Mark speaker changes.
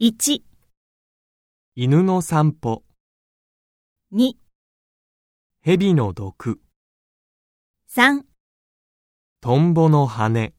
Speaker 1: 1、
Speaker 2: 犬の散歩、
Speaker 1: 2、
Speaker 2: 蛇の毒、
Speaker 1: 3
Speaker 2: トンボの羽。